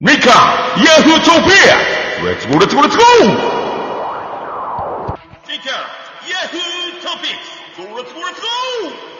ミカヤフートピアレッツゴーレッツゴーレッツゴーミカヤフートピックレッツゴーレッツゴー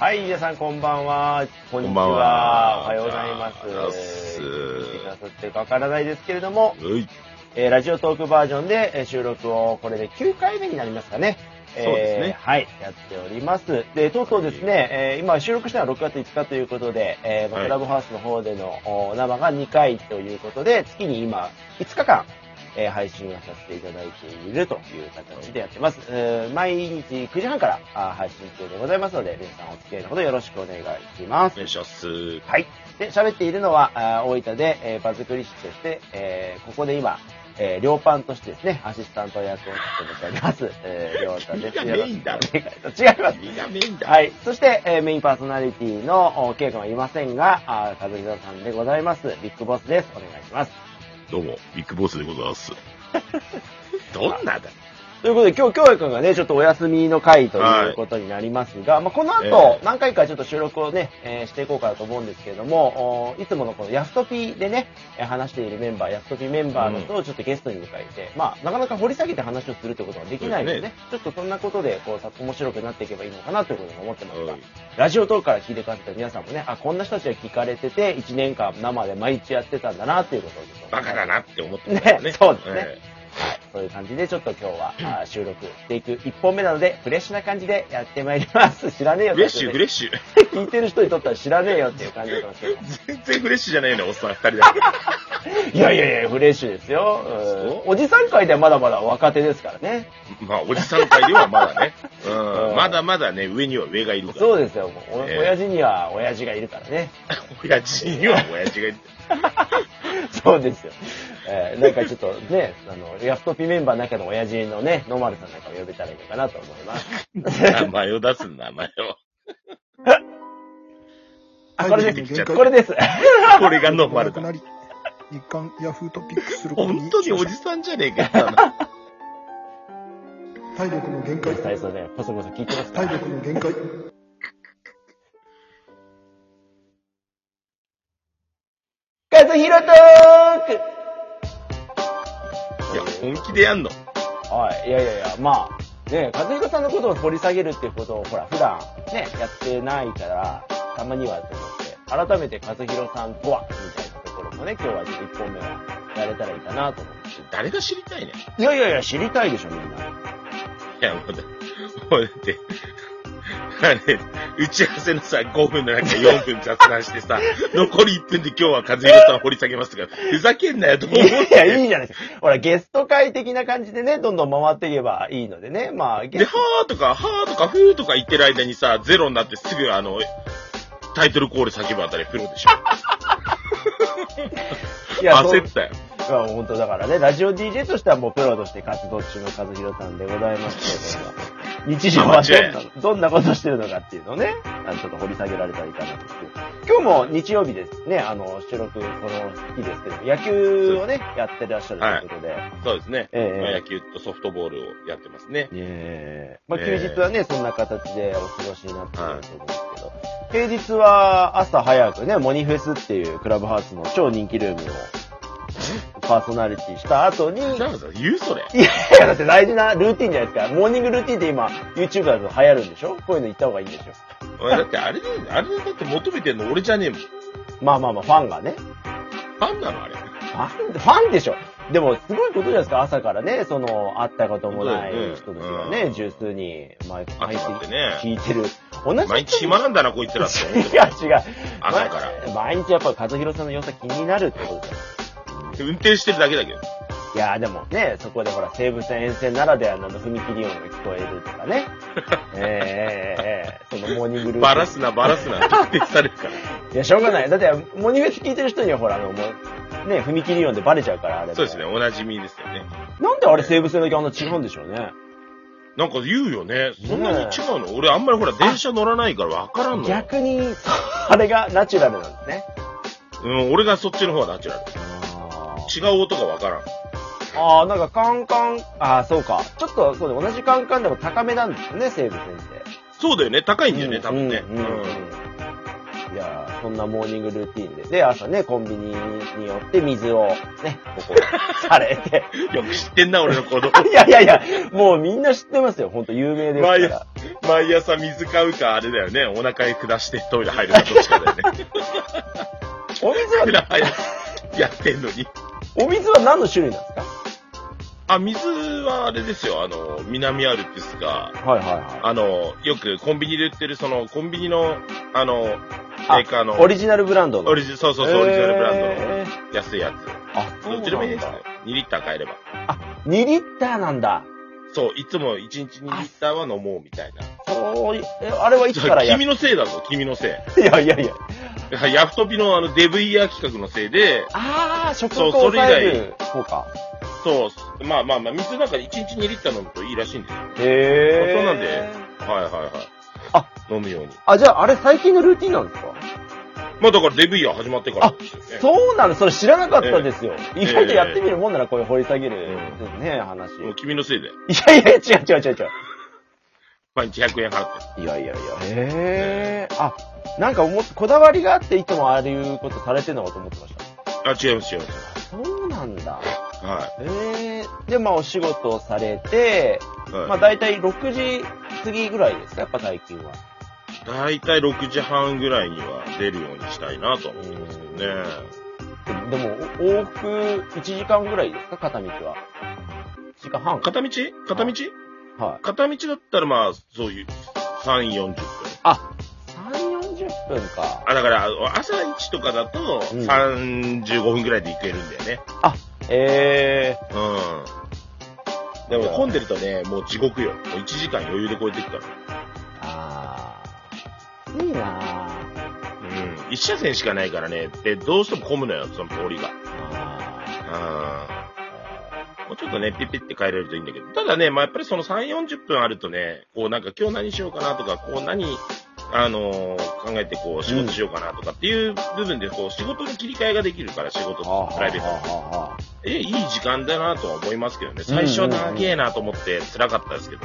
はい、皆さんこんばんは。こんにこんちは。ばんはおはようございます。おはようございます来てくださってるかわからないですけれども、ういえーラジオトークバージョンでえー収録をこれで9回目になりますかね。えーそうですねはい、やっております。で、とうとうですね、えー今収録したのは6月5日ということで、えーまあはいクラブハウスの方でのお生が2回ということで、月に今5日間、えー配信をさせていただいているという形でやってます。えー毎日9時半からあー配信中でございますので、皆さんお付き合いのほどよろしくお願いしますお。願いしますはい。で、喋っているのは、あー大分で、えーバズクリッシュとして、えーここで今、えー、両パンとしてですね、アシスタント役をしております。えー、両パンです。君がメインだろ違います。君がメインだはい。そして、えーメインパーソナリティの、おケイ君はいませんが、あー、かぶりさんでございます。ビッグボスです。お願いします。どうもビッグボスでござい ますどんなだということで、今日、京也くんがね、ちょっとお休みの回ということになりますが、まあ、この後え、え何回かちょっと収録をね、えーしていこうかなと思うんですけれども、おいつものこのヤフトピでね、えー話しているメンバー、ヤフトピメンバーの人をちょっとゲストに迎えて、まあ、なかなか掘り下げて話をするってことはできないのでね、そうですちょっとそんなことで、こう、さ面白くなっていけばいいのかなということに思ってますがはい、ラジオ等から聞いてくださった皆さんもね、あ、こんな人たちが聞かれてて、1年間生で毎日やってたんだな、ということをちょっとバカだなって思ってましたねねそうですねえそういう感じでちょっと今 日はあー収録していく1本目なので、フレッシュな感じでやってまいります。知らねええよフレッシュフレッシュ ュ。聞いてる人にとっては知らねえよっていう感じだと思うんです全然フレッシュじゃないよねおっさん二人だけけど。いやいやいや、フレッシュですよ。うんおじさん界ではまだまだ若手ですからね。まあおじさん界ではまだね、うんうんまだまだね上には上がいるからそうですよ。もうおええ親父には親父がいるからね。親父には親父がい るそうですよ。えーなんかちょっとね、あの、ヤフトピメンバーの中の親父のね、ノマルさんなんかを呼べたらいいのかなと思います。名前を出す名前を。あ、これで出てきちゃす。ったこれです。 これがノーマルなくだ。なり日刊ヤフートピックスすること本当におじさんじゃねえか よな。体力の限界。体操ね、ポソポソ聞いてますか体力の限界。カズヒロトークいや、本気でやんの。はい、いやいやいや、まあ、ね、和彦さんのことを掘り下げるっていうことを、ほら、普段ね、やってないから、たまにはと思って、改めて和彦さんとは、みたいなところもね、今日はちょっと1本目はやれたらいいかなと思って。誰が知りたいね。いやいやいや、知りたいでしょ、みんな。いや、もうだ、もうだって、あれ、打ち合わせのさ、5分の中4分雑談して さ、残り1分で今日は和弘さん掘り下げますとか、ふざけんなよとい思う。やいや、いいじゃないですか。ほら、ゲスト会的な感じでね、どんどん回っていけばいいのでね、まあ、ゲで、ストはーとか、はーとか、ふーとか言ってる間にさ、ゼロになってすぐあの、タイトルコール叫ぶあたりプロでしょ。いや、そう焦ったよ。いや、本当だからね、ラジオ DJ としてはもうプロとして活動中の和弘さんでございますけれども、日常はどん間違な、どんなことしてるのかっていうのをね、あのちょっと掘り下げられたらいいかなと思って。今日も日曜日ですね、あの、収録、この日ですけど、野球をね、やってらっしゃるということで、そうですね。ええまあ野球とソフトボールをやってますね。ええまあ、え休え日はね、そんな形でお過ごしになってると思うんですけど、平日は朝早くね、モニフェスっていうクラブハウスの超人気ルームをパーソナリティした後に、だからさ、言うそれ。いやいや、だって大事なルーティンじゃないですか。モーニングルーティンって今、YouTuber だと流行るんでしょこういうの言った方がいいんでしょお前だってあれで、あれだって求めてんの俺じゃねえもん。フまあまあまあ、ファンがね。ァンなのあれ。ファン、ファンでしょでも、すごいことじゃないですか。朝からね、その、会ったこともない人たちがね、十数人、毎日、毎朝だってね聞いてる。同じ人毎日暇なんだな、こいつらって 思っいや、違う。朝から毎毎日やっぱ、和弘さんの良さ気になるってことですよ。て。運転してるだけだけど。いやーでもね、そこでほら、西武線沿線ならではの踏切音が聞こえると かね。ええええええそのモーニングルーティンバラすな、バラすな、って指摘されるから。いや、しょうがない。だって、モニフェス聞いてる人にはほら、あの、もう、ね、踏切音でバレちゃうから、あれ。そうですね、。おなじみですよね。なんであれ西武線だけあんな違うんでしょうね。なんか言うよね。そんなに違うの俺あんまりほら、電車乗らないからわからんのよ。逆に、そうあれがナチュラルなんですね。うん、俺がそっちの方がナチュラル。あー違う音がわからん。あー、なんかカンカン、ああ、そうか。ちょっと、そうで、同じカンカンでも高めなんですよね、西武線って。そうだよね、高いんだよね、多分ね。うんうんうんうんいやーそんなモーニングルーティーンで。で、朝ね、コンビニに寄って水を ね、ここ、されて。よく知ってんな、俺の 行動。いやいやいや、もうみんな知ってますよ。ほんと有名ですか毎ら朝。、毎朝水買うか、あれだよね。お腹に下してトイレ入るかどっちかだよ ね。お水ふらは、はや、やってんのに。お水は何の種類なんですあ、水はあれですよ、あの、南アルプスが、かはいはいはあの、よくコンビニで売ってる、その、コンビニの、あの、メあーカーの、い。オリジナルブランドの。オリジそうそうそう、オリジナルブランドのえー安いやあ、つ。そうどっちでもいいですよ。2リッター買えれば。 2リッターなんだ。そう、いつも1日2リッターは飲もうみたいな。そうい、えあれはいつからやっ君のせいだぞ、君のせい。いやいやいや。ヤフトピのあのデブイヤー企画のせいで、あー、食欲そうを抑える効果。そう、まあまあまあ、水なんか1日2リッター飲むといいらしいんですよ。へそうなんで。はいはいはい。あ飲むように。あ、じゃああれ最近のルーティンなんですかまあだからデブイヤー始まってからですよね。そうなのそれ知らなかったですよ。え意外とやってみるもんならこういう掘り下げるね、話。もう君のせいで、いやいや、違う違う違う違う。毎日100円払って。いやいやいや。へー。あ、なんか思っこだわりがあっていつもああいうことされてるのかと思ってました。あ、違います違います。そうなんだ。はえー。で、まあお仕事をされて、い。はい、まあ大体6時過ぎぐらいですか、やっぱ最近は。だいたい6時半ぐらいには出るようにしたいなと思ってますけどね。でも、お往復1時間ぐらいですか、片道は。1時間半か。片道片道は片道だったらまあ、そういう、3、40分。い。3、40分か。あ、だから、朝1とかだと、うん35分ぐらいで行けるんだよね。えうん。でも混んでるとね、もう地獄よ。もう1時間余裕で超えていくから。ー。あー。いいなーうん。1車線しかないからね。で、どうしても混むのよ、その通りが。あうん。もうちょっとね、ピッピって帰れるといいんだけど。ただね、まあ、やっぱりその3、40分あるとね、こうなんか今日何しようかなとか、こう何、あのー考えてこう仕事しようかなとかっていう部分で、こう仕事に切り替えができるから、仕事ー。とプライベート。はえ、いい時間だなとは思いますけどね。最初は長えなと思って辛かったですけど。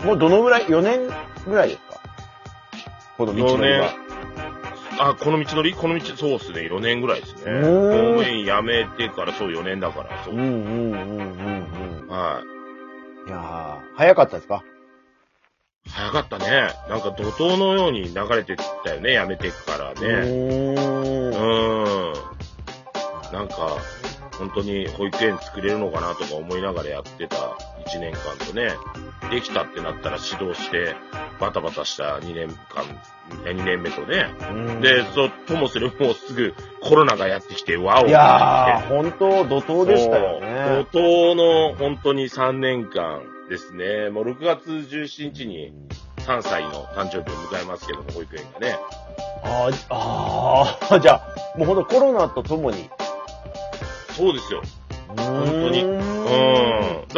ーもうどのぐらい ?4 年ぐらいですかこの道のりは。あ、この道のりこの道、そうっすね。4年ぐらいですね。公ー務員辞めてから、そう4年だから、そうう。んうんうんうんはうん。いやー、早かったですかい。早かったね。なんか怒涛のように流れてったよね、辞めてからうね。ー。うんん。なんか、本当に保育園作れるのかなとか思いながらやってた1年間とね、できたってなったら指導して、バタバタした2年間、2年目とね。うんで、そう、ともするもうすぐコロナがやってきて、わおいやー、本当怒涛でしたよね。そう怒涛の本当に3年間ですね。もう6月17日に3歳の誕生日を迎えますけども、保育園がね。あーあー、 じゃあ、もうほんとコロナとともに。そうですよ。本当にうん。ん。だか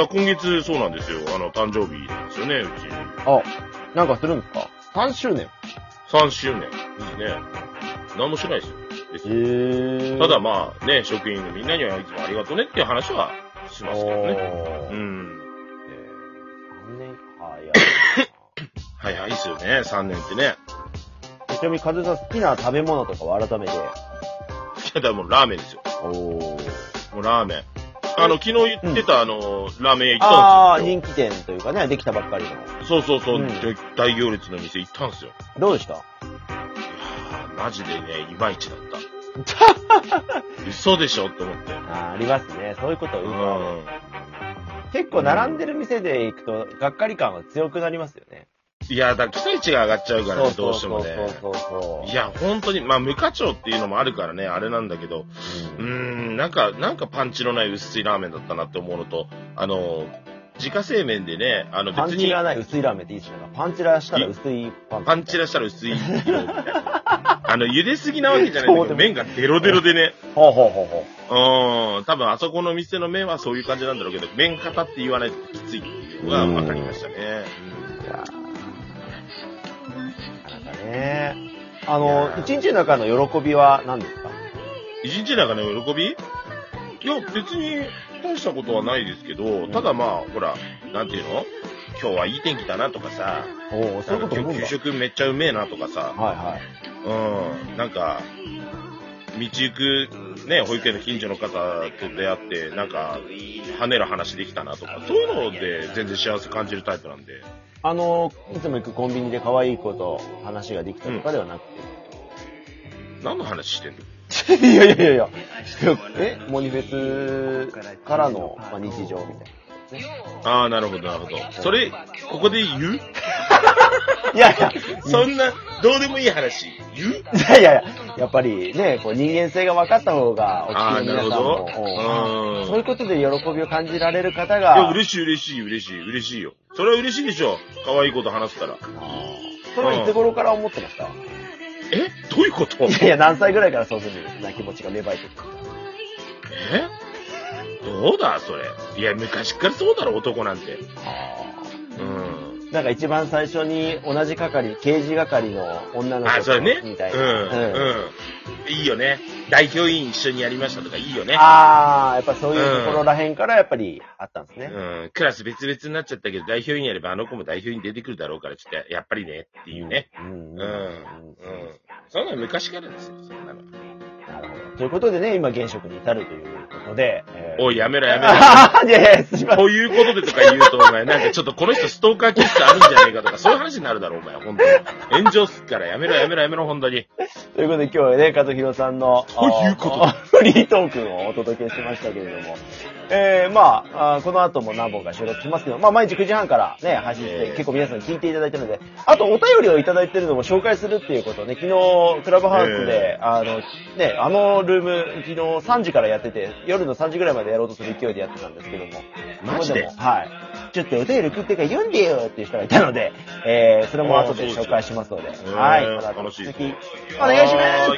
ら今月そうなんですよ。あの、誕生日なんですよね、うち。あ、なんかするんですか ?3 周年。 3周年ですね。何もしないですよ。ですよへただまあね、職員のみんなにはいつもありがとうねっていう話はしますけどね。うね。ん。 3年か、いや。早いですよね、3年ってね。ちなみに、カズさん好きな食べ物とかは改めて。ただもうラーメンですよ。おー。もうラーメン。あの、昨日言ってた、あの、ラーメン屋行ったああ、んです人よ。気店というかね、できたばっかりの。そうそうそう、うん大行列の店行ったんですよ。どうでしたいやーマジでね、いまいちだ った。嘘でしょって思って。あーありますね。そういうことをう言うとん。結構並んでる店で行くと、がっかり感は強くなりますよね。いやー、だから期待値が上がっちゃうからね、どうしてもね。そうそうそうそう。いや、本当に、まあ、無課長っていうのもあるからね、あれなんだけど、うーん、なんか、なんかパンチのない薄いラーメンだったなって思うのと、あの、自家製麺でね、あの、パン別チにラ、ない薄いラーメンっていいですね。パンチラしたら薄いパン。パンチラしたら薄い色みたいな。あの、茹ですぎなわけじゃないんだけど、麺がデロデロでね。ほうほうほうほうん。多分、あそこの店の麺はそういう感じなんだろうけど、麺型って言わないときついっていうのが分かりましたね。う。いやーなかなかね。あいのや、ー一日の中の喜びは何ですか一日の中の喜びいや、別に大したことはないですけど、ただまあ、ほら、なんていうの今日はいい天気だなとかさ、おお、そういうことなん思か今うん日給。だ食めっちゃうめえなとかさ、はいはい。うん、なんか、道行く、ね、保育園の近所の方と出会って、なんか、跳ねる話できたなとか、そういうので全然幸せ感じるタイプなんで、あの、いつも行くコンビニで可愛い子と話ができたとかではなく何の話してんのて。 いやいやいやいや。え、モニフェスからの、まあ、日常みたいああ、なるほど、なるほど。それ、ここで言うな。いやいや、そんな、どうでもいい話、言ういやいやいや、やっぱりね、こう人間性が分かった方が、おああ、聞きなの皆るさほんど。も、うんそううん。いいうことで喜びを感じられる方が、や、嬉しい、嬉しい、嬉しい、嬉しいよ。それは嬉しいでしょ。可愛いこと話すから。あーそれはいつ頃から思ってました、えどういうこといやいや、何歳ぐらいからそうするんな気持ちが芽生えてくる。えどうだそれ。いや、昔からそうだろ、男なんて。うん。なんか一番最初に同じ係、刑事係の女のあ、子それね。みたいうん。な。ううんん。いいよね。代表委員一緒にやりましたとかいいよね。ああ、やっぱそういうところらへんからやっぱりあったんですうね。ん。クラス別々になっちゃったけど、代表委員やればあの子も代表委員出てくるだろうから、ちょっとやっぱりね、っていうね。うん。ううんん。うん。そんなの昔からですよ、そんなの。なるほど。ということでね、今現職に至るということで。えーおい、やめろやめろ。あーいやいや、すいません。こういうことでとか言うと、お前、なんかちょっとこの人ストーカー気質あるんじゃないかとか、そういう話になるだろ、お前、本当に。炎上すっから、やめろ、やめろ、やめろ、本当に。ということで今日はね、和弘さんの、そういうことあフリートークをお届けしましたけれども、えー、まあ、あーこの後も何本か収録しますけど、まあ毎日9時半からね、配信して、えー結構皆さん聞いていただいてるので、あとお便りをいただいてるのも紹介するっていうことね、昨日、クラブハウスで、あの、ね、あのルーム、昨日3時からやってて、夜の3時ぐらいまでやろうとする勢いでやってたんですけども、マジでここもはい。ちょっとお便り送ってから読んでよっていう人がいたので、えー、それも後で紹介しますので、ーはい。楽しい引き続きお願いします